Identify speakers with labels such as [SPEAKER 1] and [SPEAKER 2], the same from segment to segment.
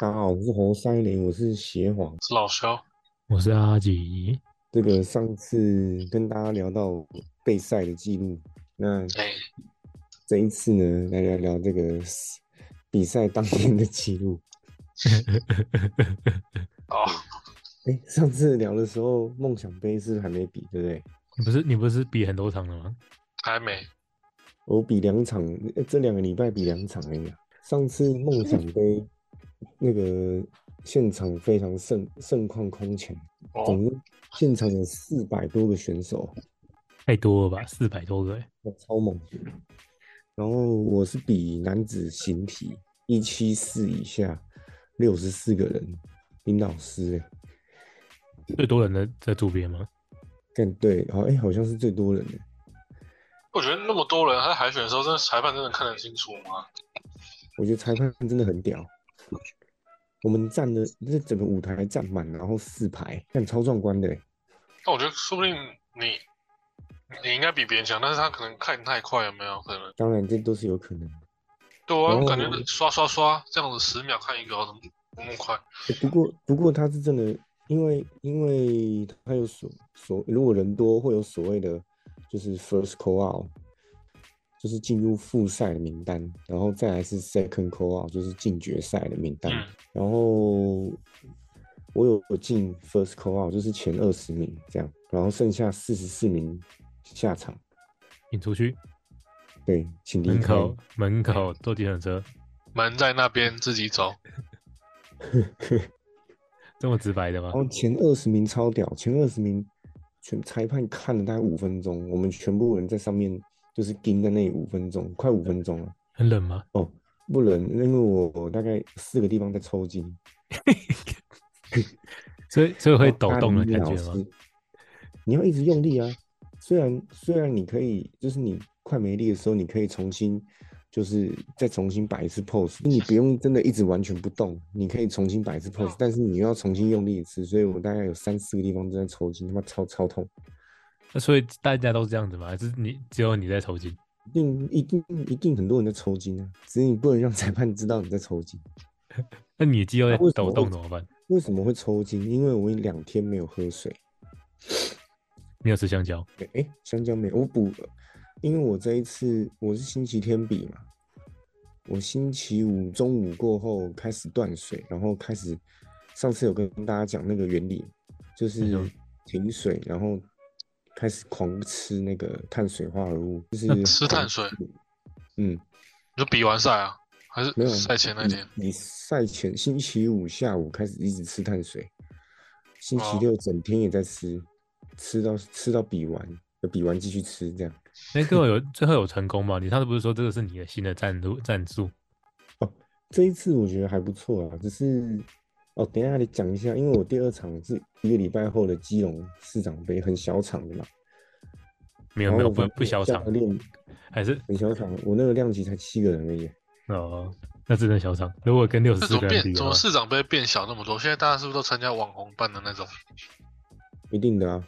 [SPEAKER 1] 大家好，我是侯三连，我是邪皇。
[SPEAKER 2] 是老肖，
[SPEAKER 3] 我是阿吉，
[SPEAKER 1] 这个上次跟大家聊到备赛的记录，那
[SPEAKER 2] 哎，
[SPEAKER 1] 这一次呢，来聊聊这个比赛当天的记录。
[SPEAKER 2] 哦，
[SPEAKER 1] 哎、上次聊的时候，梦想杯是不是还没比，对不对？
[SPEAKER 3] 你不是你不是比很多场了吗？
[SPEAKER 2] 还没，
[SPEAKER 1] 我比两场，呃这两个礼拜比两场而已啊。上次梦想杯那个现场非常盛盛况空前，
[SPEAKER 2] 哦，
[SPEAKER 1] 总共现场有四百多个选手。
[SPEAKER 3] 太多了吧，四百多个欸，
[SPEAKER 1] 我超猛的。然后我是比男子形体一七四以下，六十四个人，林老师哎，
[SPEAKER 3] 最多人的在组别吗？
[SPEAKER 1] 干对，好哎、好像是最多人的。
[SPEAKER 2] 我觉得那么多人，他海选的时候，真的裁判真的看得很清楚吗？
[SPEAKER 1] 我觉得裁判真的很屌，我们站的这整个舞台站满，然后四排，干超壮观的欸。
[SPEAKER 2] 但我觉得说不定你你应该比别人强，但是他可能看太快，有没有可能？
[SPEAKER 1] 当然这都是有可能的。
[SPEAKER 2] 对啊，
[SPEAKER 1] 哦
[SPEAKER 2] 感觉那刷刷刷这样子十秒看一个，哦怎么那么快？
[SPEAKER 1] 欸不过不过他是真的，因为因为他有所所，如果人多会有所谓的就是 first call out，就是进入复赛的名单，然后再来是 second call out，就是进决赛的名单。
[SPEAKER 2] 嗯
[SPEAKER 1] 然后我有进 first call out，就是前二十名这样，然后剩下四十四名下场。
[SPEAKER 3] 引出去，
[SPEAKER 1] 对，请离
[SPEAKER 3] 门
[SPEAKER 1] 开。
[SPEAKER 3] 口门口坐计程车，
[SPEAKER 2] 门在那边，自己走。
[SPEAKER 1] 嗯
[SPEAKER 3] 这么直白的吗
[SPEAKER 1] 然？后前二十名超屌，前二十名全裁判看了大概五分钟，我们全部人在上面就是盯在那里五分钟，快五分钟了。
[SPEAKER 3] 很冷吗？
[SPEAKER 1] 不能，因为我我大概四个地方在抽筋，
[SPEAKER 3] 所以所以会
[SPEAKER 1] 然后
[SPEAKER 3] 抖
[SPEAKER 1] 大
[SPEAKER 3] 动的
[SPEAKER 1] 林
[SPEAKER 3] 感
[SPEAKER 1] 老
[SPEAKER 3] 觉吗？
[SPEAKER 1] 师？你要一直用力啊！虽然虽然你可以，就是你快没力的时候，你可以重新，就是再重新摆一次 pose，你不用真的一直完全不动，你可以重新摆一次 pose，但是你又要重新用力一次，所以我大概有三四个地方都在抽筋，他妈超超痛。
[SPEAKER 3] 那所以大家都是这样子吗？还是你只有你在抽筋？
[SPEAKER 1] 一定一定一定很多人在抽筋啊，只是你不能让裁判知道你在抽筋。
[SPEAKER 3] 那你的肌肉在
[SPEAKER 1] 啊为什么会
[SPEAKER 3] 抖动怎么办？
[SPEAKER 1] 为什么会抽筋？因为我两天没有喝水。
[SPEAKER 3] 没有吃香蕉，
[SPEAKER 1] 哎、诶香蕉没有，我补了，因为我这一次我是星期天比嘛，我星期五中午过后开始断水，然后开始上次有跟大家讲那个原理，
[SPEAKER 2] 哎
[SPEAKER 1] 就是
[SPEAKER 3] 嗯
[SPEAKER 1] 停水，然后开始狂吃那个碳水化合物，就是
[SPEAKER 3] 那
[SPEAKER 2] 吃碳水，
[SPEAKER 1] 嗯，
[SPEAKER 2] 你就比完赛啊，还是
[SPEAKER 1] 没有嗯
[SPEAKER 2] 赛前那天？
[SPEAKER 1] 你你赛前星期五下午开始一直吃碳水，星期
[SPEAKER 2] 哦
[SPEAKER 1] 六整天也在吃，吃到吃到比完，比完继续吃这样。
[SPEAKER 3] 那最后有最后有成功吗？你上次不是说这个是你的新的战术战术？
[SPEAKER 1] 这一次我觉得还不错啊，只是哦，等一下你讲一下，因为我第二场是一个礼拜后的基隆市长杯，很小场的嘛，
[SPEAKER 3] 没有
[SPEAKER 1] 然
[SPEAKER 3] 没
[SPEAKER 1] 后哦
[SPEAKER 3] 有
[SPEAKER 1] 我
[SPEAKER 3] 不
[SPEAKER 1] 们
[SPEAKER 3] 不小
[SPEAKER 1] 教
[SPEAKER 3] 场，
[SPEAKER 1] 练
[SPEAKER 3] 还是
[SPEAKER 1] 很小场，我那个量级才七个人而已。啊
[SPEAKER 3] 哦，那真的小场。如果跟六十
[SPEAKER 2] 这
[SPEAKER 3] 四
[SPEAKER 2] 怎
[SPEAKER 3] 个
[SPEAKER 2] 么
[SPEAKER 3] 人
[SPEAKER 2] 变？
[SPEAKER 3] 比的
[SPEAKER 2] 怎
[SPEAKER 3] 话
[SPEAKER 2] 么，市长杯变小那么多？现在大家是不是都参加网红办的那种？
[SPEAKER 1] 一定的啊。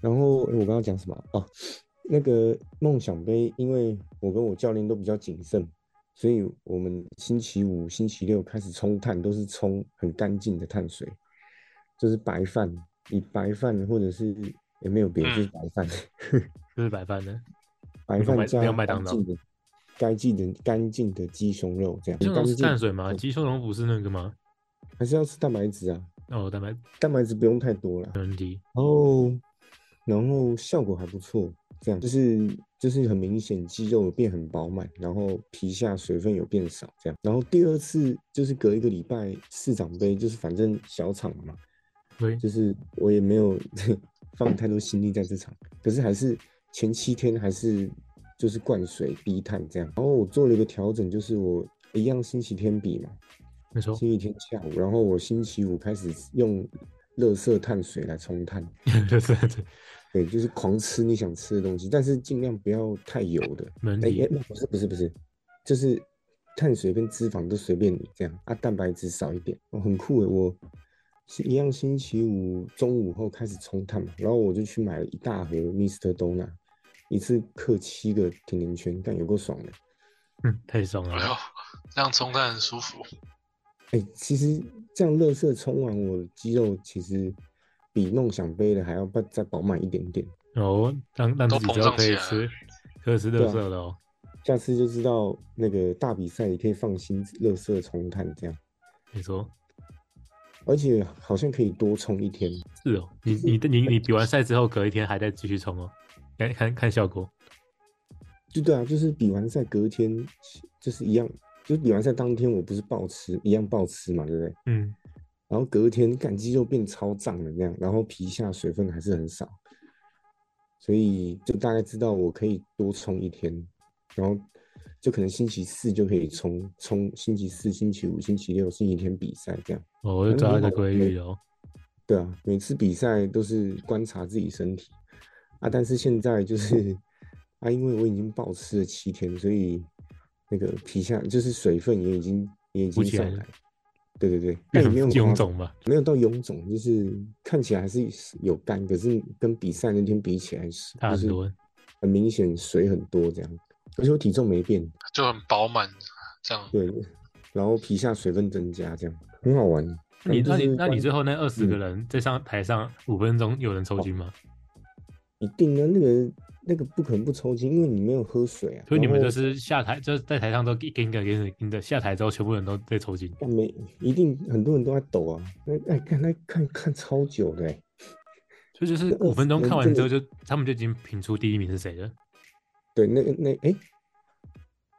[SPEAKER 1] 然后诶我刚刚讲什么啊哦？那个梦想杯，因为我跟我教练都比较谨慎，所以我们星期五、星期六开始冲碳，都是冲很干净的碳水，就是白饭，以白饭或者是也没有别的，
[SPEAKER 3] 嗯
[SPEAKER 1] 就是白 饭，
[SPEAKER 3] 就是白饭呢？
[SPEAKER 1] 白
[SPEAKER 3] 没有麦
[SPEAKER 1] 饭
[SPEAKER 3] 没
[SPEAKER 1] 加
[SPEAKER 3] 有麦当
[SPEAKER 1] 干
[SPEAKER 3] 劳
[SPEAKER 1] 净的、干净的、干净的鸡胸肉这样。
[SPEAKER 3] 鸡胸
[SPEAKER 1] 干
[SPEAKER 3] 肉是
[SPEAKER 1] 净
[SPEAKER 3] 碳水吗？
[SPEAKER 1] 对
[SPEAKER 3] 鸡胸肉不是那个吗？
[SPEAKER 1] 还是要吃蛋白质啊，
[SPEAKER 3] 哦，蛋白
[SPEAKER 1] 蛋白质不用太多啦。
[SPEAKER 3] 没问题。
[SPEAKER 1] 然后，哦然后效果还不错，这样就是就是很明显肌肉有变很饱满，然后皮下水分有变少，这样。然后第二次就是隔一个礼拜市长杯，就是反正小场嘛，
[SPEAKER 3] 对，
[SPEAKER 1] 就是我也没有 放太多心力在这场，可是还是前七天还是就是灌水低碳这样。然后我做了一个调整，就是我一样星期天比嘛，
[SPEAKER 3] 没错，
[SPEAKER 1] 星期天下午，然后我星期五开始用热色碳水来冲碳。
[SPEAKER 3] 就是这
[SPEAKER 1] 对，就是狂吃你想吃的东西，但是尽量不要太油的。
[SPEAKER 3] 没问
[SPEAKER 1] 哎、
[SPEAKER 3] 题
[SPEAKER 1] 哎，。不是不是不是，就是碳水跟脂肪都随便你这样啊，蛋白质少一点。哦、很酷诶，我是一样星期五中午后开始冲碳嘛，然后我就去买了一大盒 Mr. Donut，一次刻七个甜甜圈，但有够爽的。
[SPEAKER 3] 嗯，太爽
[SPEAKER 2] 哎
[SPEAKER 3] 了。
[SPEAKER 2] 呦，这样冲淡很舒服。
[SPEAKER 1] 哎、其实这样乐色冲完，我肌肉其实比梦想杯的还要再再饱满一点点。
[SPEAKER 3] 哦，让让
[SPEAKER 2] 都
[SPEAKER 3] 自己
[SPEAKER 2] 膨
[SPEAKER 3] 知道
[SPEAKER 2] 胀
[SPEAKER 3] 可
[SPEAKER 2] 起
[SPEAKER 3] 以
[SPEAKER 2] 来了
[SPEAKER 3] 吃，可以吃
[SPEAKER 1] 对
[SPEAKER 3] 乐
[SPEAKER 1] 啊
[SPEAKER 3] 色了哦。
[SPEAKER 1] 下次就知道那个大比赛，也可以放心乐色冲碳这样，
[SPEAKER 3] 你说
[SPEAKER 1] 而且好像可以多冲一天。
[SPEAKER 3] 是哦？ 你你你你比完赛之后，隔一天还在继续冲哦，看看看效果。
[SPEAKER 1] 就对啊，就是比完赛隔天就是一样，就是比完赛当天我不是暴吃一样暴吃嘛，对不对？
[SPEAKER 3] 嗯，
[SPEAKER 1] 然后隔天干肌肉变超胀的那样，然后皮下水分还是很少，所以就大概知道我可以多冲一天，然后就可能星期四就可以冲冲星期四、星期五、星期六、星期天比赛这样。
[SPEAKER 3] 哦，我
[SPEAKER 1] 嗯
[SPEAKER 3] 就抓到一
[SPEAKER 1] 很好
[SPEAKER 3] 个规律了哦。
[SPEAKER 1] 对啊，每次比赛都是观察自己身体啊，但是现在就是 啊，因为我已经暴吃了七天，所以那个皮下就是水分也已经也已
[SPEAKER 3] 浮
[SPEAKER 1] 经
[SPEAKER 3] 起
[SPEAKER 1] 上
[SPEAKER 3] 来了
[SPEAKER 1] 来了，对对 对，但也没有
[SPEAKER 3] 臃
[SPEAKER 1] 夸
[SPEAKER 3] 肿吧？
[SPEAKER 1] 没有到臃肿，就是看起来还是有干，可是跟比赛那天比起来是就
[SPEAKER 3] 差很
[SPEAKER 1] 是
[SPEAKER 3] 多。
[SPEAKER 1] 很明显水很多这样，而且我体重没变，
[SPEAKER 2] 就很饱满啊这样。
[SPEAKER 1] 对，然后皮下水分增加这样，很好玩。
[SPEAKER 3] 那你
[SPEAKER 1] 反正就
[SPEAKER 3] 那你
[SPEAKER 1] 是嗯
[SPEAKER 3] 那你
[SPEAKER 1] 观
[SPEAKER 3] 最后那二十个人在上台上五分钟，有人抽
[SPEAKER 1] 哦
[SPEAKER 3] 筋吗？
[SPEAKER 1] 一定的那个那个不可能不抽筋，因为你没有喝水啊。
[SPEAKER 3] 所以你们
[SPEAKER 1] 然后
[SPEAKER 3] 就是下台，就是在台上都跟个跟个跟的，下台之后全部人都在抽筋。
[SPEAKER 1] 但没一定很多人都在抖啊，那哎看那看看超久的、欸，
[SPEAKER 3] 所以就是
[SPEAKER 1] 那
[SPEAKER 3] 五分钟
[SPEAKER 1] 20
[SPEAKER 3] 看完
[SPEAKER 1] 人
[SPEAKER 3] 之后
[SPEAKER 1] 真
[SPEAKER 3] 就，他们就已经评出第一名是谁了。
[SPEAKER 1] 对，那个那哎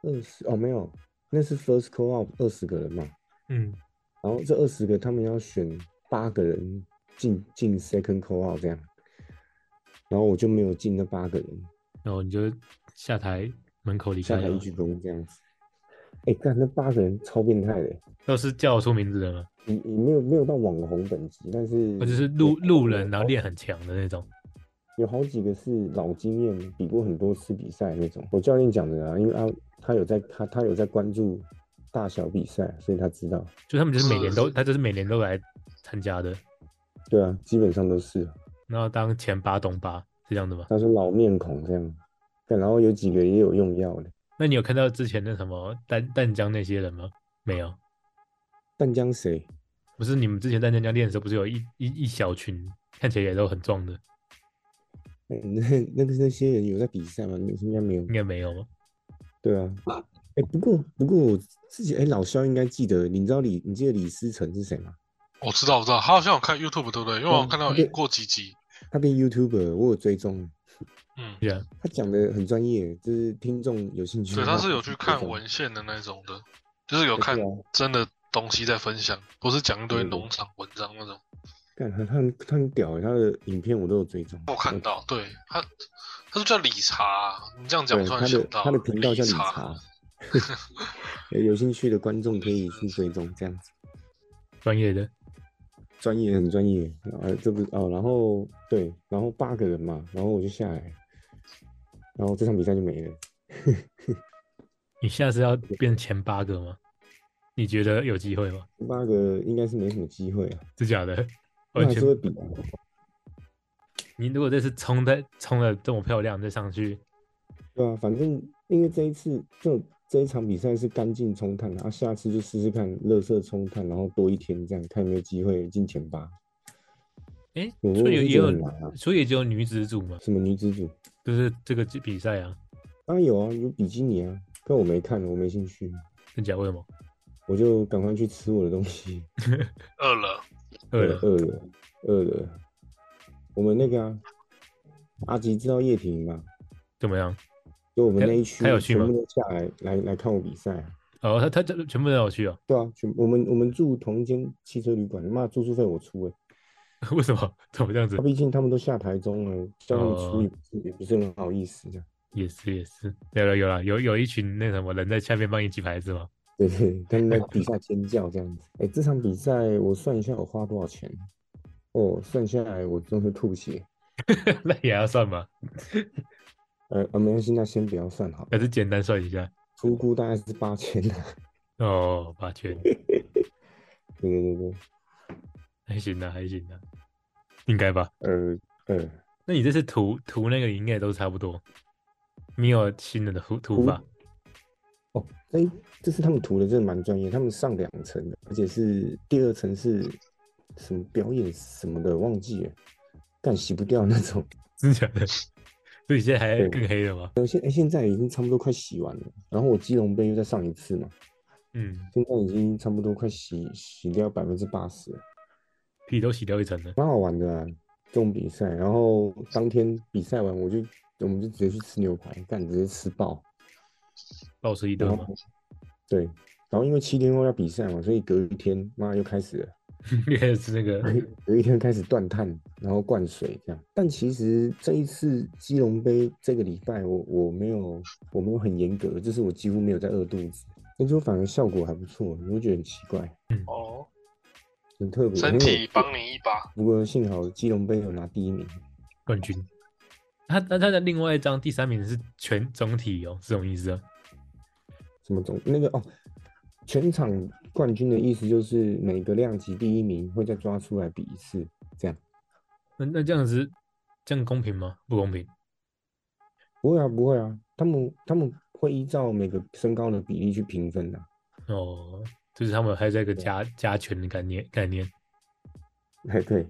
[SPEAKER 1] 二十哦没有，那是 first call out 二十个人嘛，
[SPEAKER 3] 嗯，
[SPEAKER 1] 然后这二十个他们要选八个人进进 second call out 这样，然后我就没有进那八个人，
[SPEAKER 3] 然后你就下台门口离开
[SPEAKER 1] 下台
[SPEAKER 3] 了
[SPEAKER 1] 一。鞠躬这样子。哎、干那八个人超变态的欸、
[SPEAKER 3] 都是叫得出名字的吗？
[SPEAKER 1] 你你没有没有到网红等级，但是
[SPEAKER 3] 或者哦是
[SPEAKER 1] 有
[SPEAKER 3] 路路人，
[SPEAKER 1] 有
[SPEAKER 3] 然后
[SPEAKER 1] 好
[SPEAKER 3] 练很强的那种。
[SPEAKER 1] 有好几个是老经验，比过很多次比赛那种。我教练讲的啊，因为他他有在他他有在关注大小比赛，所以他知道。
[SPEAKER 3] 就他们就是每
[SPEAKER 2] 是
[SPEAKER 3] 年 都，他就是每年都来参加的，
[SPEAKER 1] 对啊，基本上都是。
[SPEAKER 3] 然后当前八懂八是这样的吗？
[SPEAKER 1] 他说老面孔这样，但然后有几个也有用药的。
[SPEAKER 3] 那你有看到之前那什么淡淡江那些人吗？没有，
[SPEAKER 1] 淡江谁？
[SPEAKER 3] 不是你们之前在淡江练的时候，不是有一一一小群看起来也都很壮的，
[SPEAKER 1] 嗯那那个那些人有在比赛吗？应该没有
[SPEAKER 3] 应。该没有吧？
[SPEAKER 1] 对啊，哎、不过不过我自己哎、老肖应该记得，你知道李你记得李思成是谁吗？
[SPEAKER 2] 我知道，我知道，他好像有看 YouTube 对不对？因为我看到
[SPEAKER 1] 哦啊对
[SPEAKER 2] 有过几集，
[SPEAKER 1] 他变 YouTuber，我有追踪，啊
[SPEAKER 2] 嗯，
[SPEAKER 3] 对啊，
[SPEAKER 1] 他讲的很专业，就是听众有兴趣
[SPEAKER 2] 对，
[SPEAKER 1] 的话。
[SPEAKER 2] 他是有去看
[SPEAKER 1] 文。
[SPEAKER 2] 文献的那种的，就是有看
[SPEAKER 1] 对啊
[SPEAKER 2] 真的东西在分享，不是讲一堆
[SPEAKER 1] 嗯
[SPEAKER 2] 农场文章那种。
[SPEAKER 1] 干他他很他很屌欸，他的影片我都有追踪。
[SPEAKER 2] 我看到，对他，他是叫理查啊，你这样讲
[SPEAKER 1] 对
[SPEAKER 2] 突
[SPEAKER 1] 他
[SPEAKER 2] 然想
[SPEAKER 1] 的
[SPEAKER 2] 到
[SPEAKER 1] 他的频道叫理
[SPEAKER 2] 查，
[SPEAKER 1] 查，有 有兴趣的观众可以去追踪，这样子
[SPEAKER 3] 专业的，
[SPEAKER 1] 专业很专业。呃，这不哦，然后对，然后八个人嘛，然后我就下来，然后这场比赛就没了。
[SPEAKER 3] 你下次要变前八个吗？你觉得有机会吗？
[SPEAKER 1] 八个应该是没什么机会啊，
[SPEAKER 3] 是假的，
[SPEAKER 1] 那
[SPEAKER 3] 完
[SPEAKER 1] 还
[SPEAKER 3] 全
[SPEAKER 1] 是会比啊。
[SPEAKER 3] 你如果这次冲的冲的这么漂亮，再上去，
[SPEAKER 1] 对啊，反正因为这一次这这一场比赛是干净冲碳，然后下次就试试看乐色冲碳，然后多一天这样，看有没有机会进前八。
[SPEAKER 3] 哎，
[SPEAKER 1] 我
[SPEAKER 3] 所以
[SPEAKER 1] 我是
[SPEAKER 3] 也
[SPEAKER 1] 觉得
[SPEAKER 3] 有
[SPEAKER 1] 很难啊，
[SPEAKER 3] 所以也只有女子组嘛，
[SPEAKER 1] 什么女子组？
[SPEAKER 3] 就是这个比赛啊，
[SPEAKER 1] 当然有啊，有比基尼啊，但我没看，我没兴趣，
[SPEAKER 3] 真假为什么？
[SPEAKER 1] 我就赶快去吃我的东西，
[SPEAKER 2] 饿了，
[SPEAKER 3] 饿了，
[SPEAKER 1] 饿了，饿了。我们那个啊，阿吉知道叶婷嘛？
[SPEAKER 3] 怎么样？
[SPEAKER 1] 就我们
[SPEAKER 3] 他
[SPEAKER 1] 那一区
[SPEAKER 3] 他有去
[SPEAKER 1] 全
[SPEAKER 3] 吗
[SPEAKER 1] 部都下来来来看我比赛啊，
[SPEAKER 3] 哦，他他这全部都有去哦？
[SPEAKER 1] 对啊，全我们我们住同一间汽车旅馆，妈住宿费我出哎、欸，
[SPEAKER 3] 为什么？怎么这样子
[SPEAKER 1] 啊？毕竟他们都下台中了，叫他们
[SPEAKER 3] 哦
[SPEAKER 1] 出也不是也不是很好意思这样，
[SPEAKER 3] 也是也是，有了有了，有有一群那什么人在下面帮你举牌子嘛。
[SPEAKER 1] 对对，他们在比赛尖叫这样子。哎、这场比赛我算一下我花多少钱，哦，算下来我真的吐血。
[SPEAKER 3] 那也要算吗？
[SPEAKER 1] 呃呃，没关系，那先不要算好了，
[SPEAKER 3] 还是简单算一下？
[SPEAKER 1] 出估大概是八千啊。
[SPEAKER 3] 哦，八圈，
[SPEAKER 1] 对对对对，
[SPEAKER 3] 还行的、还行的、应该吧？
[SPEAKER 1] 呃呃，
[SPEAKER 3] 那你这次涂涂那个应该也都差不多，你有新的涂涂
[SPEAKER 1] 涂
[SPEAKER 3] 法，
[SPEAKER 1] 哦，哎、这次他们涂的真的蛮专业，他们上两层的，而且是第二层是什么表演什么的忘记了，但洗不掉那种。
[SPEAKER 3] 真的假的？ 所以现在还
[SPEAKER 1] 对
[SPEAKER 3] 更黑了吗？
[SPEAKER 1] 呃，现哎、现在已经差不多快洗完了，然后我基隆杯又再上一次嘛，
[SPEAKER 3] 嗯，
[SPEAKER 1] 现在已经差不多快洗洗掉百分之八十了，
[SPEAKER 3] 皮都洗掉一层了。
[SPEAKER 1] 蛮好玩的啊，这种比赛。然后当天比赛完，我就我们就直接去吃牛排，干直接吃爆。
[SPEAKER 3] 暴吃一顿
[SPEAKER 1] 然
[SPEAKER 3] 吗
[SPEAKER 1] 后？对，然后因为七天后要比赛嘛，所以隔一天妈又开始了。
[SPEAKER 3] 又开始吃那个，
[SPEAKER 1] 有一天开始断碳，然后灌水这样。但其实这一次基隆杯这个礼拜我，我没有我没有很严格，就是我几乎没有在饿肚子，那就反而效果还不错，你会觉得很奇怪，
[SPEAKER 2] 哦，
[SPEAKER 1] 很特别。
[SPEAKER 2] 身
[SPEAKER 1] 很有
[SPEAKER 2] 体帮你一把，
[SPEAKER 1] 不过幸好基隆杯有拿第一名，
[SPEAKER 3] 冠军。他他他的另外一张第三名是全总体哦，是这种意思啊？
[SPEAKER 1] 什么总那个哦，全场冠军的意思就是每个量级第一名会再抓出来比一次，这样。
[SPEAKER 3] 那那这样子，这样公平吗？不公平。
[SPEAKER 1] 不会啊，不会啊，他们他们会依照每个身高的比例去评分的、
[SPEAKER 3] 哦，就是他们还在一个加加权的概念概念。
[SPEAKER 1] 哎，对，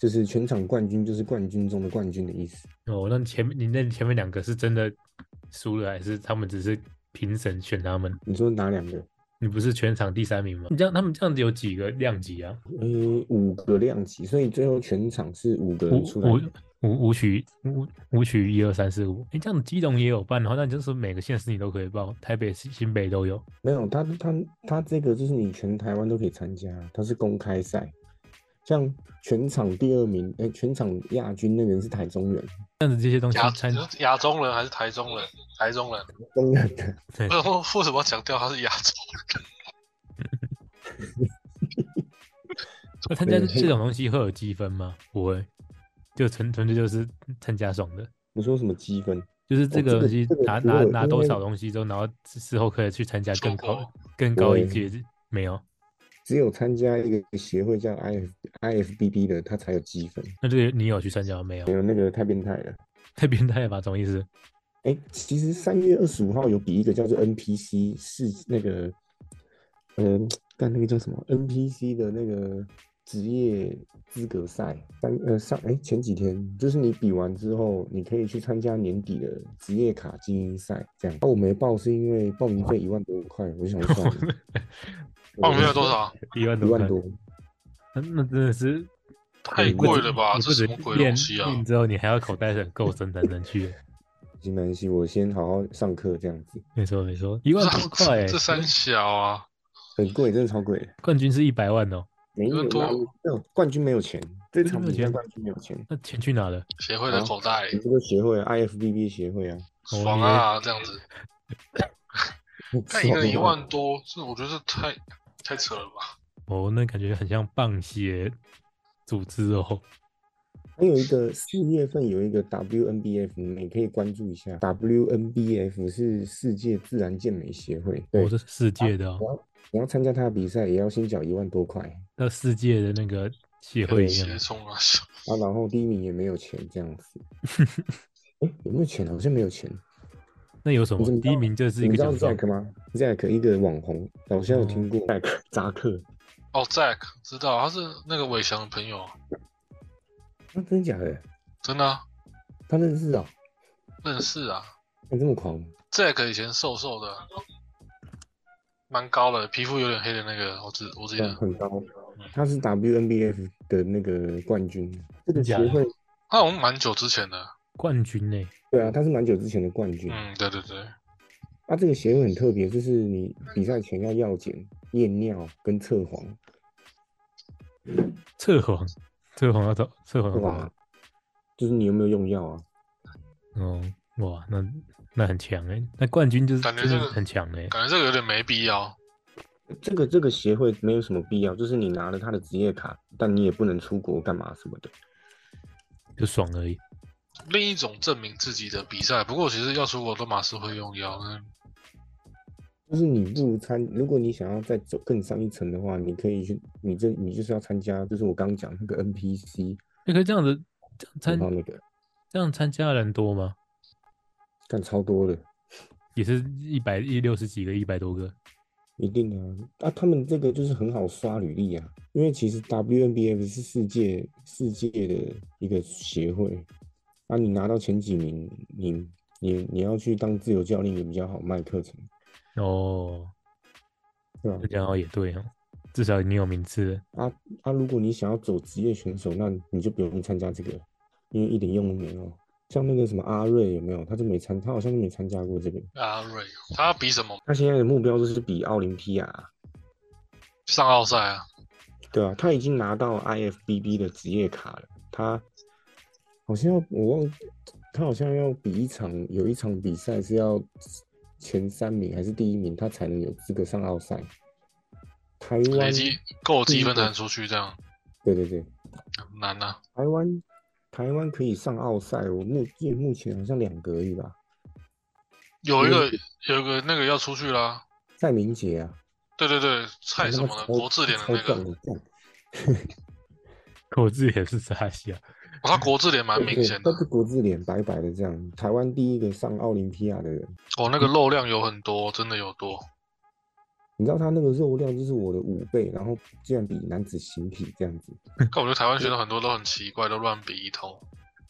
[SPEAKER 1] 就是全场冠军就是冠军中的冠军的意思。
[SPEAKER 3] 哦，那前面你那前面两个是真的输了，还是他们只是评审选他们？
[SPEAKER 1] 你说哪两个？
[SPEAKER 3] 你不是全场第三名吗？你这样他们这样子有几个量级啊？
[SPEAKER 1] 诶，五个量级，所以最后全场是五个
[SPEAKER 3] 五
[SPEAKER 1] 人出来
[SPEAKER 3] 五
[SPEAKER 1] 的。
[SPEAKER 3] 五五曲五五曲一二三四五，哎，这样基隆也有办，然后那就是每个县市你都可以报，台北、新新北都有。
[SPEAKER 1] 没有，他他他这个就是你全台湾都可以参加，它是公开赛。像全场第二名，哎，全场亚军那个人是台中人，
[SPEAKER 3] 这样子这些东西
[SPEAKER 2] 亚
[SPEAKER 3] 参
[SPEAKER 2] 亚中人还是台中人？台中人，
[SPEAKER 1] 中人的。
[SPEAKER 3] 对
[SPEAKER 2] 然后为什么要强调他是亚洲人？
[SPEAKER 3] 那参加
[SPEAKER 1] 对
[SPEAKER 3] 这种东西会有积分吗？不会，就纯纯粹就是参加爽的，
[SPEAKER 1] 你说什么积分？
[SPEAKER 3] 就是这
[SPEAKER 1] 哦
[SPEAKER 3] 个
[SPEAKER 1] 这个
[SPEAKER 3] 东西
[SPEAKER 1] 这个
[SPEAKER 3] 拿
[SPEAKER 1] 不会
[SPEAKER 3] 拿
[SPEAKER 1] 因
[SPEAKER 3] 拿
[SPEAKER 1] 为
[SPEAKER 3] 多少东西之后，然后事后可以去参加更
[SPEAKER 2] 出国，
[SPEAKER 3] 高更高一
[SPEAKER 1] 对
[SPEAKER 3] 届的没有？
[SPEAKER 1] 只有参加一个协会叫 IF IFBB 的，他才有积分。
[SPEAKER 3] 那这个你有去参加吗没有
[SPEAKER 1] 没？有那个太变态了。
[SPEAKER 3] 太变态了吧？什么意思？
[SPEAKER 1] 哎、其实三月二十五号有比一个叫做 NPC 是那个，呃，但那个叫什么 NPC 的那个职业资格赛，三呃上哎、前几天就是你比完之后，你可以去参加年底的职业卡精英赛，这样。啊，我没报是因为报名费一万多块，我就想算了
[SPEAKER 2] 报名哦有多？少？
[SPEAKER 3] 一万
[SPEAKER 1] 嗯一
[SPEAKER 3] 多
[SPEAKER 1] 万
[SPEAKER 3] 块，
[SPEAKER 1] 多，
[SPEAKER 3] 那那真的是
[SPEAKER 2] 太
[SPEAKER 1] 你不
[SPEAKER 2] 贵
[SPEAKER 1] 止
[SPEAKER 2] 了吧？
[SPEAKER 3] 你
[SPEAKER 2] 这
[SPEAKER 3] 不
[SPEAKER 2] 什
[SPEAKER 3] 止
[SPEAKER 2] 么鬼
[SPEAKER 3] 练
[SPEAKER 2] 东西啊？
[SPEAKER 3] 练之后，你还要口袋很够深才能去。
[SPEAKER 1] 没关系，我先好好上课这样子，
[SPEAKER 3] 没错没错，一万多块欸，
[SPEAKER 2] 这三小啊，
[SPEAKER 1] 很贵，真的超贵的。
[SPEAKER 3] 冠军是一百万哦，
[SPEAKER 1] 没有
[SPEAKER 2] 万多
[SPEAKER 1] 啦，没有冠军没有钱，这场比
[SPEAKER 3] 没有
[SPEAKER 1] 赛
[SPEAKER 3] 钱
[SPEAKER 1] 冠军没有钱。
[SPEAKER 3] 那钱去哪了？
[SPEAKER 2] 协会的
[SPEAKER 1] 好
[SPEAKER 2] 口袋
[SPEAKER 1] 你这个协会啊，IFBB 协会啊，
[SPEAKER 3] 哦
[SPEAKER 2] 爽
[SPEAKER 3] 你以为
[SPEAKER 2] 啊，这样子。看一个人一万多，这我觉得这太太扯了吧？
[SPEAKER 3] 哦，那感觉很像棒协组织哦。
[SPEAKER 1] 还有一个四月份有一个 WNBF，你们也可以关注一下。WNBF 是世界自然健美协会，对
[SPEAKER 3] 哦，，这是世界的哦，
[SPEAKER 1] 你要参加他的比赛也要先缴一万多块啊，
[SPEAKER 3] 那世界的那个协会一样
[SPEAKER 2] 协。冲啊， 小
[SPEAKER 1] 然后第一名也没有钱这样子。 哎，有没有钱啊？好像没有钱。
[SPEAKER 3] 那有什
[SPEAKER 1] 你怎
[SPEAKER 3] 么？
[SPEAKER 1] 么
[SPEAKER 3] 第一名就是一
[SPEAKER 1] 你
[SPEAKER 3] 个
[SPEAKER 1] 知道
[SPEAKER 3] 奖状哦
[SPEAKER 1] Zack 吗？Zack 一个网红，好像有听过 Zack 扎克，
[SPEAKER 2] 哦，Zack 知道，他是那个伟翔的朋友，
[SPEAKER 1] 啊，真的假的？
[SPEAKER 2] 真的啊
[SPEAKER 1] 他认识啊？
[SPEAKER 2] 认识啊。
[SPEAKER 1] 你这么狂？
[SPEAKER 2] Zack 以前瘦瘦的，蛮高的，皮肤有点黑的那个，我记我记
[SPEAKER 1] 对，
[SPEAKER 3] 嗯
[SPEAKER 2] 得。
[SPEAKER 1] 很高，他是 WNBF 的那个冠军，这个
[SPEAKER 3] 真
[SPEAKER 1] 协
[SPEAKER 3] 假的
[SPEAKER 1] 会，
[SPEAKER 2] 那我们蛮久之前的，
[SPEAKER 3] 冠军呢？
[SPEAKER 1] 对啊，他是蛮久之前的冠军。
[SPEAKER 2] 嗯，对对对，
[SPEAKER 1] 啊，这个协会很特别，就是你比赛前要药检、验尿跟测谎，
[SPEAKER 3] 测谎，测谎要测测谎要
[SPEAKER 1] 对
[SPEAKER 3] 干嘛
[SPEAKER 1] 吧？？就是你有没有用药啊？
[SPEAKER 3] 哦，哇，那那很强哎，那冠军就是
[SPEAKER 2] 感
[SPEAKER 3] 真
[SPEAKER 2] 觉
[SPEAKER 3] 的
[SPEAKER 2] 这个
[SPEAKER 3] 很强哎。
[SPEAKER 2] 感觉这个有点没必要。
[SPEAKER 1] 这个这个协会没有什么必要，就是你拿了他的职业卡，但你也不能出国干嘛什么的。
[SPEAKER 3] 就爽而已。
[SPEAKER 2] 另一种证明自己的比赛，不过其实要出国都马是会用药，嗯
[SPEAKER 1] 就是你不如参，如果你想要再走更上一层的话，你可以去，你这你就是要参加，就是我刚讲那个 NPC，
[SPEAKER 3] 那欸可以这样子，这样
[SPEAKER 1] 然后
[SPEAKER 3] 参
[SPEAKER 1] 那个
[SPEAKER 3] 这样参加的人多吗？
[SPEAKER 1] 干超多的。
[SPEAKER 3] 也是一百一六十几个，一百多个。
[SPEAKER 1] 一定的啊，啊，他们这个就是很好刷履历啊，因为其实 WNBF 是世界世界的一个协会啊，你拿到前几名，你你你要去当自由教练也比较好卖课程，
[SPEAKER 3] 哦，
[SPEAKER 1] 对吧
[SPEAKER 3] 这？样好像也对哦，至少你有名次了。
[SPEAKER 1] 啊啊，如果你想要走职业选手，那你就不用参加这个，因为一点用都没有。像那个什么阿瑞有没有？他就没参，他好像都没参加过这个。
[SPEAKER 2] 阿瑞，啊他要比什么？
[SPEAKER 1] 他现在的目标就是比奥林匹亚，
[SPEAKER 2] 上奥赛啊？
[SPEAKER 1] 对啊，他已经拿到 IFBB 的职业卡了。他好像要我忘，他好像要比一场，有一场比赛是要前三名还是第一名，他才能有资格上奥赛。台
[SPEAKER 2] 累
[SPEAKER 1] 湾，
[SPEAKER 2] 积够
[SPEAKER 1] 第
[SPEAKER 2] 积分
[SPEAKER 1] 一个
[SPEAKER 2] 才能出去，这样
[SPEAKER 1] 对对对，
[SPEAKER 2] 很难啊。
[SPEAKER 1] 台湾台湾可以上奥赛，我目记得目前好像两个而已吧。
[SPEAKER 2] 有一个
[SPEAKER 1] 嗯
[SPEAKER 2] 有一个那个要出去啦，
[SPEAKER 1] 蔡明杰啊，
[SPEAKER 2] 对对对，蔡什么的
[SPEAKER 1] 的
[SPEAKER 2] 国字脸的那个，
[SPEAKER 1] 超壮的干
[SPEAKER 3] 可 我自己也是傻啊笑。
[SPEAKER 2] 哦他国字脸蛮明显的
[SPEAKER 1] 对，他是国字脸白白的这样。台湾第一个上奥林匹亚的人，
[SPEAKER 2] 哦，那个肉量有很多，真的有 多。
[SPEAKER 1] 你知道他那个肉量就是我的五倍，然后竟然比男子形体这样子。
[SPEAKER 2] 看，我觉得台湾选手很多都很奇怪，都乱比一通，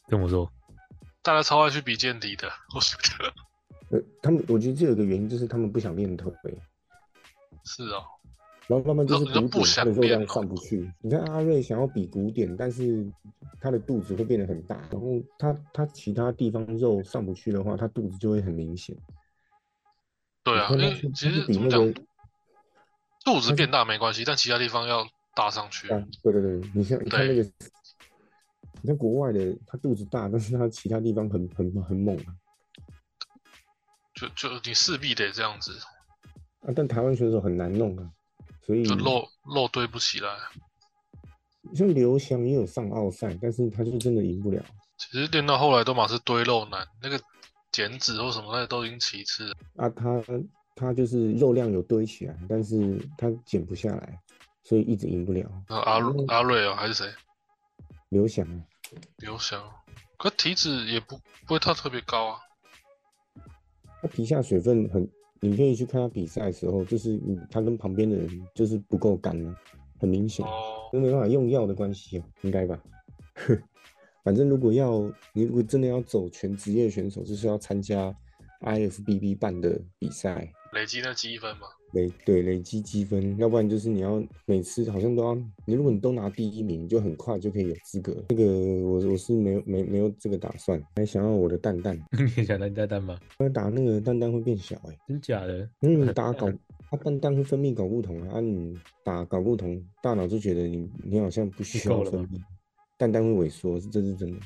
[SPEAKER 3] 跟我说，
[SPEAKER 2] 大家超爱去比健体的，我觉得
[SPEAKER 1] 呃，他们我觉得这有一个原因就是他们不想练腿，
[SPEAKER 2] 是哦。
[SPEAKER 1] 然后他们就是
[SPEAKER 2] 你
[SPEAKER 1] 古
[SPEAKER 2] 说不
[SPEAKER 1] 典
[SPEAKER 2] 想
[SPEAKER 1] 他的肉量
[SPEAKER 2] 练哦
[SPEAKER 1] 上不去。你看阿瑞想要比古典，但是他的肚子会变得很大，然后他他其他地方肉上不去的话，他肚子就会很明显。
[SPEAKER 2] 对啊，
[SPEAKER 1] 你看
[SPEAKER 2] 因为
[SPEAKER 1] 他去
[SPEAKER 2] 其
[SPEAKER 1] 他去
[SPEAKER 2] 实
[SPEAKER 1] 比
[SPEAKER 2] 怎么
[SPEAKER 1] 那
[SPEAKER 2] 讲
[SPEAKER 1] 个，
[SPEAKER 2] 肚子变大没关系，但其他地方要大上去。
[SPEAKER 1] 啊，对对对，你像你看那个，你看国外的，他肚子大，但是他其他地方很很很猛啊。
[SPEAKER 2] 就就你势必得这样子，
[SPEAKER 1] 啊，但台湾选手很难弄啊，所以
[SPEAKER 2] 就肉肉堆不起来。
[SPEAKER 1] 像刘翔也有上奥赛，但是他就真的赢不了。
[SPEAKER 2] 其实练到后来都嘛是堆肉男，那个减脂或什么那都已经其次了。
[SPEAKER 1] 啊，他他就是肉量有堆起来，但是他减不下来，所以一直赢不了。
[SPEAKER 2] 呃阿
[SPEAKER 1] 嗯
[SPEAKER 2] 阿瑞哦，还是谁？
[SPEAKER 1] 刘翔啊，
[SPEAKER 2] 刘翔，可体脂也不不会特特别高啊。
[SPEAKER 1] 他皮下水分很，你可以去看他比赛的时候，就是你他跟旁边的人就是不够干了，很明显，
[SPEAKER 2] 哦，
[SPEAKER 1] 那没办法用药的关系哦，应该吧？ 反正如果要你如果真的要走全职业选手，就是要参加 IFBB 办的比赛，
[SPEAKER 2] 累积那积分嘛。
[SPEAKER 1] 累对累积积分，要不然就是你要每次好像都要，你如果你都拿第一名，就很快就可以有资格。这个我我是没有没没有这个打算，还想要我的蛋蛋，
[SPEAKER 3] 你也想当家蛋吗？
[SPEAKER 1] 要打那个蛋蛋会变小哎、欸，
[SPEAKER 3] 真假的？
[SPEAKER 1] 因为你打 睾，它、蛋蛋会分泌睾固酮啊，啊你打睾固酮，大脑就觉得你你好像不需
[SPEAKER 3] 够
[SPEAKER 1] 要
[SPEAKER 3] 了
[SPEAKER 1] 分
[SPEAKER 3] 吗
[SPEAKER 1] 泌，蛋蛋会萎缩，这是真的。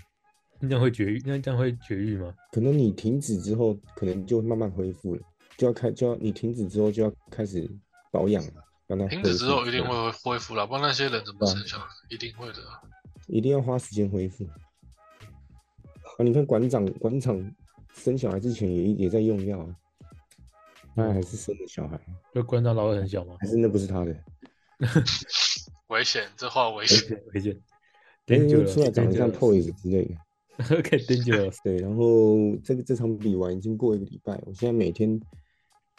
[SPEAKER 3] 那这样会绝育？那这样会绝育吗？
[SPEAKER 1] 可能你停止之后，可能就会慢慢恢复了，就要开就要你停止之后就要开始保养了，让它
[SPEAKER 2] 停
[SPEAKER 1] 恢
[SPEAKER 2] 止之
[SPEAKER 1] 复啊
[SPEAKER 2] 后一定会恢复啦，不然那些人怎么
[SPEAKER 1] 对啊
[SPEAKER 2] 生小孩？一定会的啊。
[SPEAKER 1] 一定要花时间恢复。啊，你看馆长，馆长生小孩之前也也在用药啊，他还是生了小孩，
[SPEAKER 3] 就关照老二很小吗？
[SPEAKER 1] 还是那不是他的，
[SPEAKER 2] 危险，这话危
[SPEAKER 3] 危
[SPEAKER 2] 险。
[SPEAKER 3] 险，危险
[SPEAKER 1] 因为出来长得像
[SPEAKER 3] dangerous，dangerous
[SPEAKER 1] Toys 之类的。
[SPEAKER 3] OK dangerous，
[SPEAKER 1] 对，然后这个这场比完已经过一个礼拜，我现在每天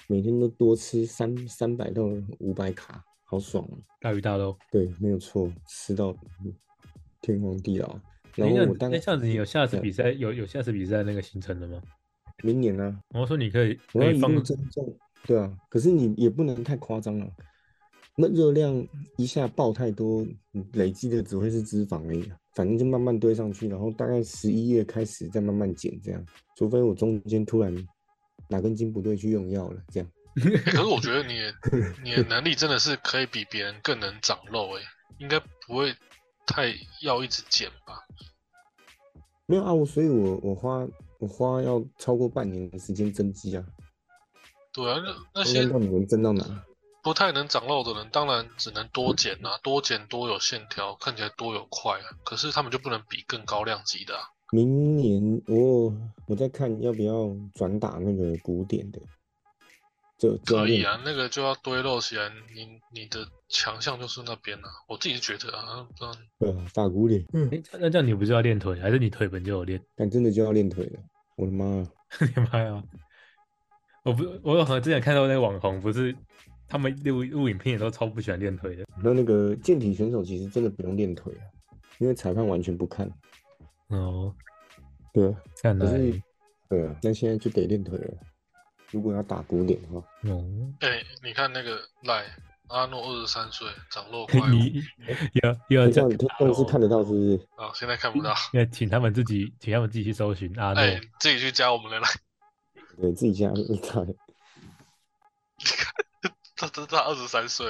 [SPEAKER 1] 每天都多吃三三百到五百卡，好爽啊！
[SPEAKER 3] 大鱼大肉。
[SPEAKER 1] 对，没有错，吃到嗯天荒地老。然
[SPEAKER 3] 哎
[SPEAKER 1] 后
[SPEAKER 3] 那
[SPEAKER 1] 我大
[SPEAKER 3] 那
[SPEAKER 1] 概
[SPEAKER 3] 这样子，你有下次
[SPEAKER 1] 对
[SPEAKER 3] 比赛有有下次比赛那个行程了吗？
[SPEAKER 1] 明年呢、啊，
[SPEAKER 3] 我说你可以
[SPEAKER 1] 我
[SPEAKER 3] 可
[SPEAKER 1] 要
[SPEAKER 2] 哎
[SPEAKER 3] 以
[SPEAKER 1] 一
[SPEAKER 3] 放
[SPEAKER 1] 路增重，对啊，可是你也不能太夸张了，那热量一下爆太多，你累积的只会是脂肪而已啊。反正就慢慢堆上去，然后大概十一月开始再慢慢减，这样，除非我中间突然哪根筋不对去用药了，这样。
[SPEAKER 2] 欸可是我觉得你的你的能力真的是可以比别人更能长肉诶、欸应该不会太要一直减吧？
[SPEAKER 1] 没有啊，我所以我我花我花要超过半年的时间增肌啊，
[SPEAKER 2] 对啊，那那
[SPEAKER 1] 看
[SPEAKER 2] 些
[SPEAKER 1] 看到你能增到哪。
[SPEAKER 2] 不太能长肉的人，当然只能多减啊，多减多有线条，看起来多有块啊。可是他们就不能比更高量级的、啊，
[SPEAKER 1] 明年我我在看要不要转打那个古典的，就教
[SPEAKER 2] 可以
[SPEAKER 1] 练
[SPEAKER 2] 啊，那个就要堆肉起来。你你的强项就是那边啊，我自己觉得啊，不然
[SPEAKER 1] 对啊，打古典，嗯，
[SPEAKER 3] 哎，那这样你不是要练腿，还是你腿本就有练？
[SPEAKER 1] 但真的就要练腿了，我的妈啊！
[SPEAKER 3] 你妈呀！我不，我有好像之前看到那个网红，不是他们录录影片也都超不喜欢练腿的。
[SPEAKER 1] 那那个健体选手其实真的不用练腿啊，因为裁判完全不看。
[SPEAKER 3] 哦，
[SPEAKER 1] 对啊，
[SPEAKER 3] 看
[SPEAKER 1] 可
[SPEAKER 3] 来
[SPEAKER 1] 是对啊，那现在就得练腿了。如果要打鼓点的话，
[SPEAKER 3] 哦，
[SPEAKER 2] 哎、你看那个赖阿诺二十三岁，长肉快
[SPEAKER 3] 你要 要
[SPEAKER 1] 你
[SPEAKER 3] 啊这
[SPEAKER 1] 看
[SPEAKER 3] 样
[SPEAKER 1] 你
[SPEAKER 3] 哦
[SPEAKER 1] 都是看得到是不是？
[SPEAKER 2] 啊，现在看不到。
[SPEAKER 3] 要请他们自己，请他们自己去搜寻啊阿诺。
[SPEAKER 2] 哎、自己去加我们的赖，
[SPEAKER 1] 对自己家你看，
[SPEAKER 2] 他他他二十三岁，